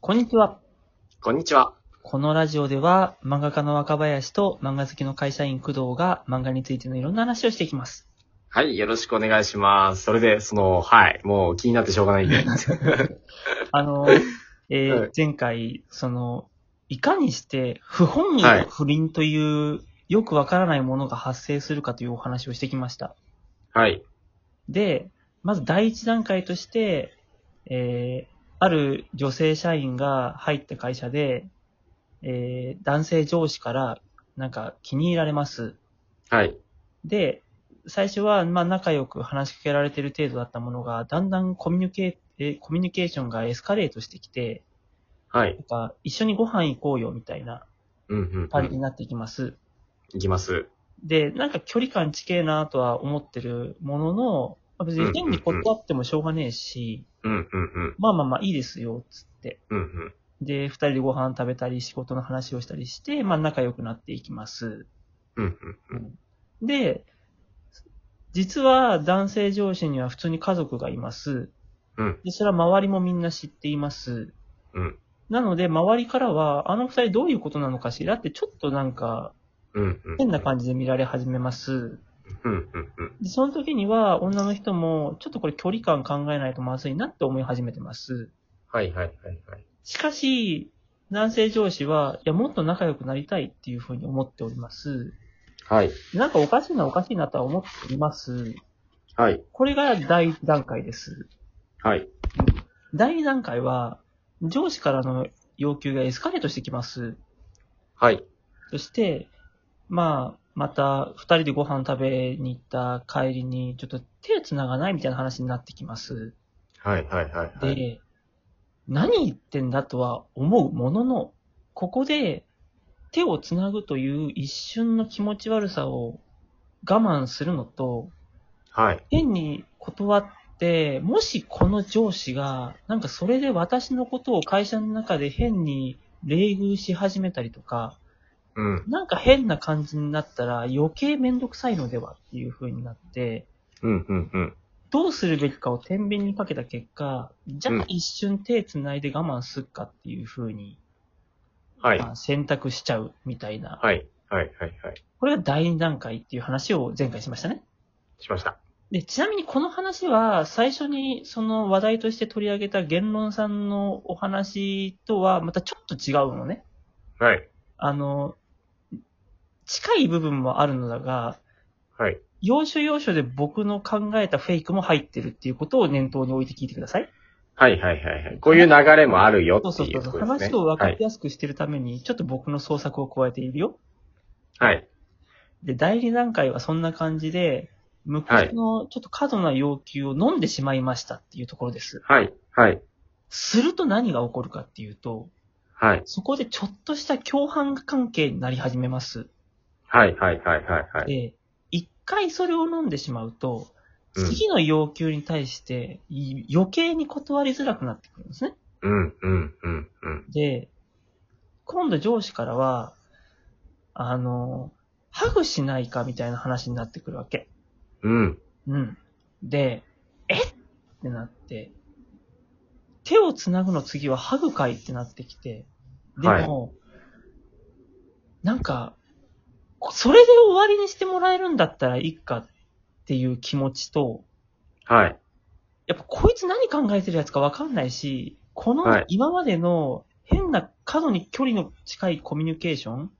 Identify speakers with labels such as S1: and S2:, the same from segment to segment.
S1: こんにちは。
S2: こんにちは。
S1: このラジオでは、漫画家の若林と漫画好きの会社員工藤が漫画についてのいろんな話をしていきます。
S2: はい、よろしくお願いします。それで、その、はい、もう気になってしょうがない んで。
S1: あの、 えー
S2: はい
S1: 前回、その、いかにして不本意
S2: はい
S1: の不倫という、よくわからないものが発生するかというお話をしてきました。
S2: はい。
S1: で、まず第一段階として、えーある女性社員が入った会社で、えー男性上司から、なんか気に入られます。
S2: はい。
S1: で、最初は、まあ、仲良く話しかけられてる程度だったものが、だんだんコミュニケー、えコミュニケーションがエスカレートしてきて、
S2: はい
S1: な。んか、一緒にご飯行こうよ、みたいな
S2: うんうん、う
S1: 感じに
S2: ん。
S1: なっていきます。
S2: いきます。
S1: で、なんか距離感近えなとは思ってるものの、まあ別に変に断ってもしょうがねえし、
S2: うんうんうん。
S1: まあまあまあいいですよ、つって。
S2: うんうん。
S1: で、二人でご飯食べたり、仕事の話をしたりして、まあ仲良くなっていきます。
S2: うんうんうん。
S1: で、実は男性上司には普通に家族がいます。
S2: うん
S1: で、それは周りもみんな知っています。
S2: うん
S1: なので、周りからは、あの二人どういうことなのかしらって、ちょっとなんか、
S2: うんうん。
S1: 変な感じで見られ始めます。
S2: うんうんうん。
S1: で、その時には、女の人も、ちょっとこれ距離感考えないとまずいなって思い始めてます。
S2: はいはいはいはい。
S1: しかし、男性上司は、いや、もっと仲良くなりたいっていうふうに思っております。
S2: はい。
S1: なんかおかしいな、おかしいなとは思っています。
S2: はい。
S1: これが第一段階です。
S2: はい。
S1: 第二段階は、上司からの要求がエスカレートしてきます。
S2: はい。
S1: そして、まあ、また、二人でご飯食べに行った帰りに、ちょっと手繋がないみたいな話になってきます。
S2: はいはいはい。
S1: で、
S2: はい。
S1: 何言ってんだとは思うものの、ここで手を繋ぐという一瞬の気持ち悪さを我慢するのと、
S2: はい。
S1: 変に断って、もしこの上司が、なんかそれで私のことを会社の中で変に冷遇し始めたりとか、
S2: うん。
S1: なんか変な感じになったら余計めんどくさいのではっていう風になって、
S2: うんうんうん。
S1: どうするべきかを天秤にかけた結果、じゃ
S2: うん
S1: あ一瞬手繋いで我慢すっかっていう風に、
S2: はい。
S1: まあ選択しちゃうみたいな。
S2: はい。はいはいはい。
S1: これが第二段階っていう話を前回しましたね。
S2: しました。
S1: で、ちなみにこの話は、最初にその話題として取り上げた言論さんのお話とは、またちょっと違うのね。
S2: はい。
S1: あの、近い部分もあるのだが、
S2: はい。
S1: 要所要所で僕の考えたフェイクも入ってるっていうことを念頭に置いて聞いてください。
S2: はいはいはいはい。こういう流れもあるよ
S1: そう
S2: って
S1: そう
S2: い
S1: そうう
S2: と
S1: そう、
S2: ころです
S1: 話
S2: ね。
S1: を分か
S2: は
S1: り
S2: い。
S1: やすくしてるために、ちょっと僕の創作を加えているよ。
S2: はい。
S1: で、第二段階はそんな感じで、向こうのちょっと過度な要求を飲んでしまいましたっていうところです。
S2: はい。はい。
S1: すると何が起こるかっていうと、
S2: はい。
S1: そこでちょっとした共犯関係になり始めます。
S2: はいはいはいはいはい。
S1: で、一回それを飲んでしまうと、
S2: うん
S1: 次の要求に対してい余計に断りづらくなってくるんですね。
S2: うんうんうんうん。
S1: で、今度上司からは、あの、ハグしないかみたいな話になってくるわけ。
S2: うん。
S1: うん。で、えってなって、手をつなぐの次はハグかいってなってきて、でも、なんか、それで終わりにしてもらえるんだったらいいかっていう気持ちと、
S2: はい。
S1: やっぱこいつ何考えてるやつかわかんないし、こ
S2: は
S1: の
S2: い
S1: 今までの変な過度に距離の近いコミュニケーション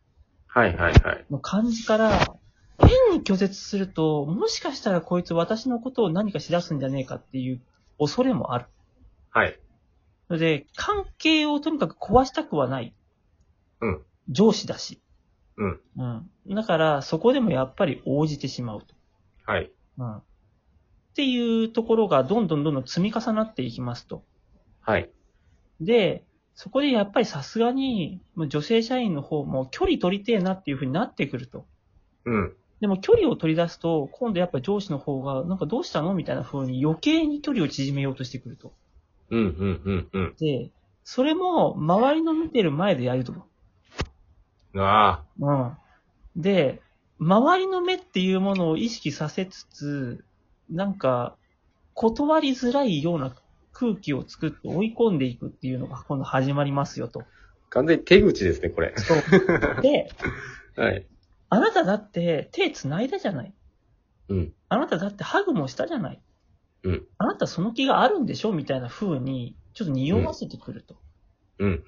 S2: はいはいはい。
S1: の感じから、変に拒絶すると、もしかしたらこいつ私のことを何かしだすんじゃねえかっていう恐れもある。
S2: はい。
S1: ので、関係をとにかく壊したくはない。
S2: うん
S1: 上司だし。
S2: うん。
S1: うん。だから、そこでもやっぱり応じてしまうと。
S2: はい。
S1: うん。っていうところがどんどんどんどん積み重なっていきますと。
S2: はい。
S1: で、そこでやっぱりさすがに、もう女性社員の方も距離取りてえなっていう風になってくると。
S2: うん。
S1: でも距離を取り出すと、今度やっぱ上司の方が、なんかどうしたのみたいな風に余計に距離を縮めようとしてくると。
S2: うんうんうんうん。
S1: で、それも周りの見てる前でやると。
S2: うわ
S1: うん。で、周りの目っていうものを意識させつつ、なんか、断りづらいような空気を作って追い込んでいくっていうのが今度始まりますよと。
S2: 完全に手口ですね、これ。
S1: そう。で、
S2: はい。
S1: あなただって手繋いだじゃない。
S2: うん。
S1: あなただってハグもしたじゃない。
S2: うん。
S1: あなたその気があるんでしょみたいな風に、ちょっと匂わせてくると。
S2: うん、うん、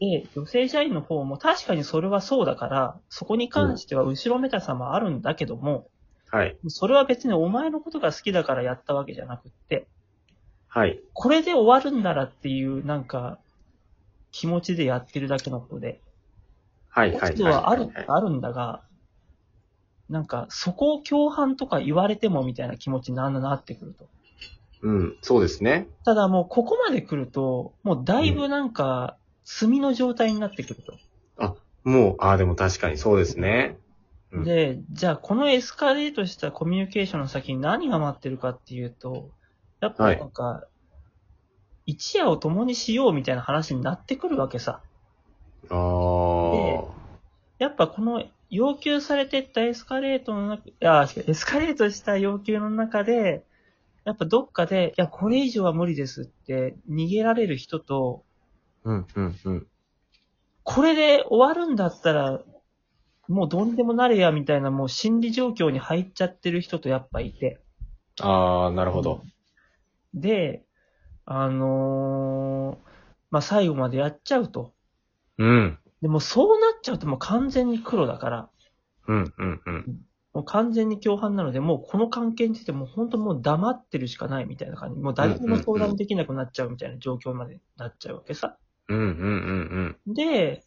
S1: で、女性社員の方も確かにそれはそうだから、そこに関しては後ろめたさもあるんだけども、
S2: うん。はい。
S1: それは別にお前のことが好きだからやったわけじゃなくって、
S2: はい。
S1: これで終わるんならっていう、なんか、気持ちでやってるだけのことで、
S2: はい、はい。
S1: 落ち度はある
S2: はい、はい
S1: あるんだが、なんか、そこを共犯とか言われてもみたいな気持ちになんだなってくると。
S2: うん、そうですね。
S1: ただもう、ここまで来ると、もうだいぶなんか、炭の状態になってくると。
S2: もう、ああ、でも確かにそうですね。うん
S1: で、じゃあこのエスカレートしたコミュニケーションの先に何が待ってるかっていうと、やっぱなんか、一夜を共にしようみたいな話になってくるわけさ。
S2: ああ。
S1: やっぱこの要求されてったエスカレートの中、いや、エスカレートした要求の中で、やっぱどっかで、いや、これ以上は無理ですって逃げられる人と、
S2: うん、うん、うん。
S1: これで終わるんだったら、もうどうにでもなれやみたいなもう心理状況に入っちゃってる人とやっぱいて。
S2: ああ、なるほど。
S1: で、あのーまあ、最後までやっちゃうと。
S2: うん。
S1: でもそうなっちゃうともう完全に黒だから、
S2: うん、うん、うん。
S1: もう完全に共犯なので、もうこの関係についてもう本当もう黙ってるしかないみたいな感じ。もう誰にも相談できなくなっちゃうみたいな状況までなっちゃうわけさ。
S2: うん、うん、うん、
S1: で、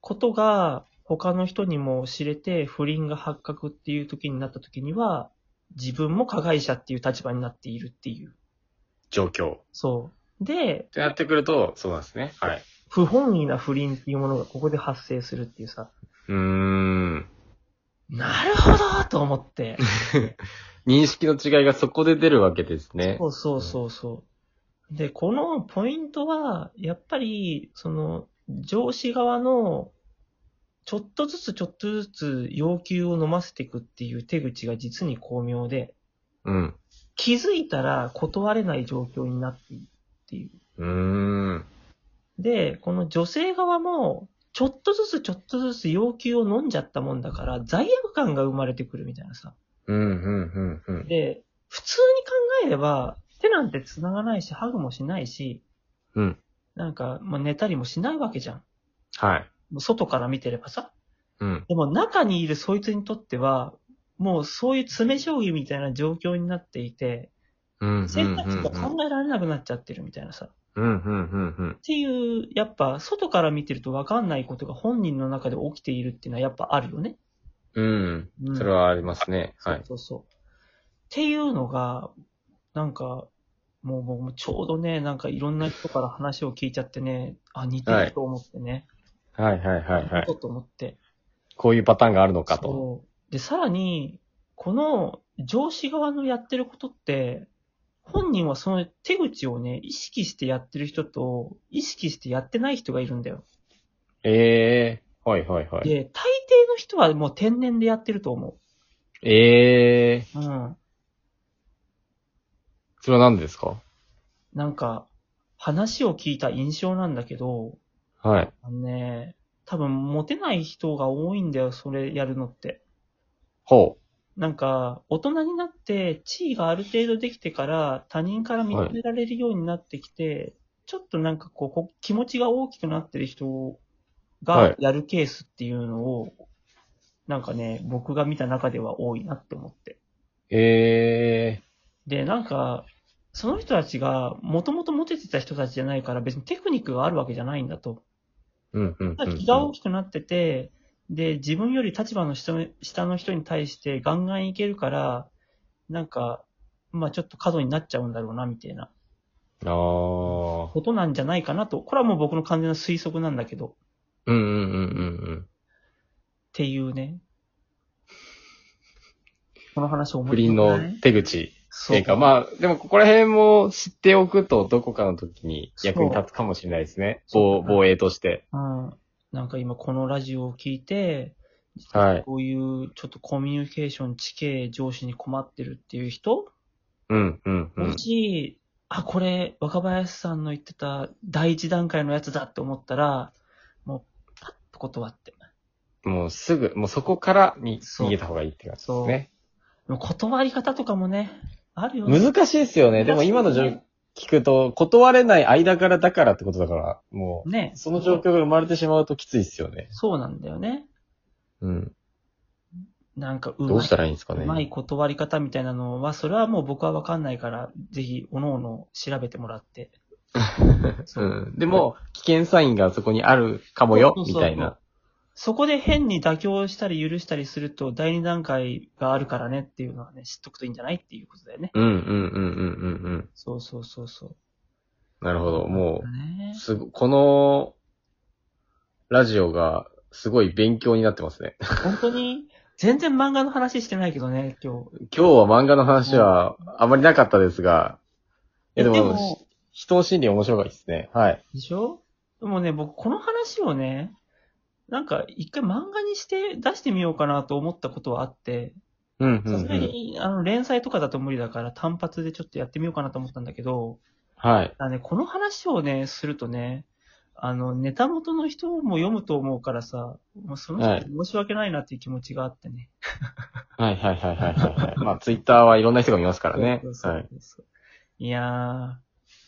S1: ことが他の人にも知れて不倫が発覚っていう時になった時には、自分も加害者っていう立場になっているっていう。
S2: 状況。っ
S1: そう。で、
S2: てなってくると、そうなんですね。はい。
S1: 不本意な不倫っていうものがここで発生するっていうさ、
S2: うーん。
S1: なるほどと思って。
S2: 認識の違いがそこで出るわけですね。
S1: そうそうそうそう。で、このポイントは、やっぱり、その、上司側の、ちょっとずつちょっとずつ要求を飲ませていくっていう手口が実に巧妙で、
S2: うん。
S1: 気づいたら断れない状況になっているっていう。
S2: うーん。
S1: で、この女性側も、ちょっとずつちょっとずつ要求を飲んじゃったもんだから、罪悪感が生まれてくるみたいなさ。
S2: うん、うん、うん、うん。
S1: で、普通に考えれば、手なんて繋がないし、ハグもしないし、
S2: うん。
S1: なんか、まあ、寝たりもしないわけじゃん。
S2: はい。
S1: もう外から見てればさ。
S2: うん。
S1: でも中にいるそいつにとっては、もうそういう詰め将棋みたいな状況になっていて、
S2: うん、うん、う
S1: 選
S2: ん。
S1: 択肢が考えられなくなっちゃってるみたいなさ。っ
S2: うん、うん、うん、うん。
S1: ていう、やっぱ外から見てると分かんないことが本人の中で起きているっていうのはやっぱあるよね。
S2: うん。
S1: うん
S2: それはありますね。
S1: そ
S2: は
S1: う
S2: い。
S1: そうそう。っていうのが、なんか、もうもうちょうどね、なんかいろんな人から話を聞いちゃってね、あ、似てると思ってね。
S2: はい、はい、はい、は
S1: ちょ
S2: い。
S1: っと思って。
S2: こういうパターンがあるのかと。
S1: そう。で、さらに、この上司側のやってることって、本人はその手口をね、意識してやってる人と、意識してやってない人がいるんだよ。
S2: ええー。はい、はい、はい。
S1: で、大抵の人はもう天然でやってると思
S2: ええー。
S1: う。うん。
S2: それは何ですか
S1: なんか、話を聞いた印象なんだけど、
S2: はい。
S1: あのね、多分モテない人が多いんだよ、それやるのって。
S2: ほ
S1: なんか、大人になって、地位がある程度できてから、他人から認められるようになってきて、ちょっとなんかこうこ、気持ちが大きくなってる人
S2: はい
S1: がやるケースっていうのを、なんかね、僕が見た中では多いなって思って。
S2: う。ええ
S1: で、なんか、その人たちが、もともとモテてた人たちじゃないから、別にテクニックがあるわけじゃないんだと。
S2: ー。うん、うん、う
S1: ただ
S2: ん。
S1: 気が大きくなってて、で、自分より立場の下の下の人に対してガンガンいけるから、なんか、まあちょっと過度になっちゃうんだろうな、みたいな
S2: ああ。
S1: ことなんじゃないかなと。これはもう僕の完全な推測なんだけど、っ
S2: うん、うん、うん、うん。
S1: ていうね。この話思
S2: 不
S1: い出
S2: 倫
S1: な
S2: の
S1: い
S2: 手口。っ
S1: そ
S2: ていうか、まあ、でもここら辺も知っておくと、どこかの時に役に立つかもしれないですね。
S1: そう
S2: 防防衛として。
S1: うん。なんか今このラジオを聞いて、
S2: はい
S1: こういうちょっとコミュニケーション、地形、上司に困ってるっていう人、
S2: うん、うん、うん
S1: も。し、あ、これ、若林さんの言ってた第一段階のやつだって思ったら、もう、パッと断って。
S2: もうすぐ、もうそこからに
S1: そう
S2: 逃げた方がいいって感じですね。
S1: でも断り方とかもね、あるよね。
S2: 難しいですよね。でも今の状況聞くと、断れない間柄だからってことだから、も
S1: ね
S2: う、。その状況が生まれてしまうときついですよね。
S1: そうなんだよね。
S2: うん。
S1: なんかうまい、
S2: どうしたらいいんですかね
S1: う。まい 断り方みたいなのは、それはもう僕はわかんないから、ぜひ、おのおの調べてもらって。そうう。
S2: ん。でも、危険サインがそこにあるかもよ
S1: そう、そう
S2: み
S1: そう
S2: たいな。
S1: そこで変に妥協したり許したりすると、第二段階があるからねっていうのはね、知っとくといいんじゃないっていうことだよね。
S2: うんうんうんうんうんうん。
S1: そうそうそうそう。
S2: なるほど。も
S1: ね
S2: う、すご、この、ラジオが、すごい勉強になってますね。
S1: 本当に、全然漫画の話してないけどね、今日。
S2: 今日は漫画の話は、あまりなかったですが、え、で
S1: で
S2: も、
S1: も
S2: 人の心理面白いですね。はい。
S1: でしょでもね、僕、この話をね、なんか、一回漫画にして出してみようかなと思ったことはあって、
S2: うん、うん、
S1: さ
S2: う
S1: すが
S2: ん。
S1: に、あの、連載とかだと無理だから、単発でちょっとやってみようかなと思ったんだけど、
S2: はい。
S1: あね、この話をね、するとね、あの、ネタ元の人も読むと思うからさ、もうその
S2: はい
S1: 人に申し訳ないなっていう気持ちがあってね。
S2: はい、はい、はい、はいはい。はいまあ、ツイッターはいろんな人が見ますからね
S1: そう。そう
S2: はい。
S1: そういや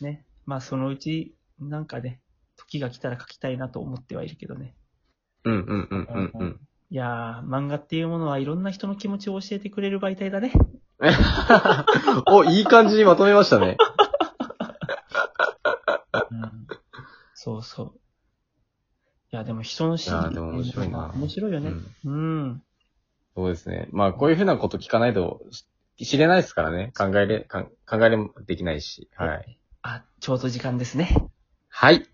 S1: ー、ね、まあそのうち、なんかね、時が来たら書きたいなと思ってはいるけどね。
S2: うん、うん、うん、うん、うん。
S1: いやー、漫画っていうものはいろんな人の気持ちを教えてくれる媒体だね。
S2: お、いい感じにまとめましたね。
S1: うんそうそう。いや、でも人の心
S2: いやーでも面白いな
S1: 面白いよね。うん。
S2: そうですね。まあ、こういうふうなこと聞かないとし知れないですからね。考えれ、かん考えれもできないし。はい。
S1: あ、ちょうど時間ですね。
S2: はい。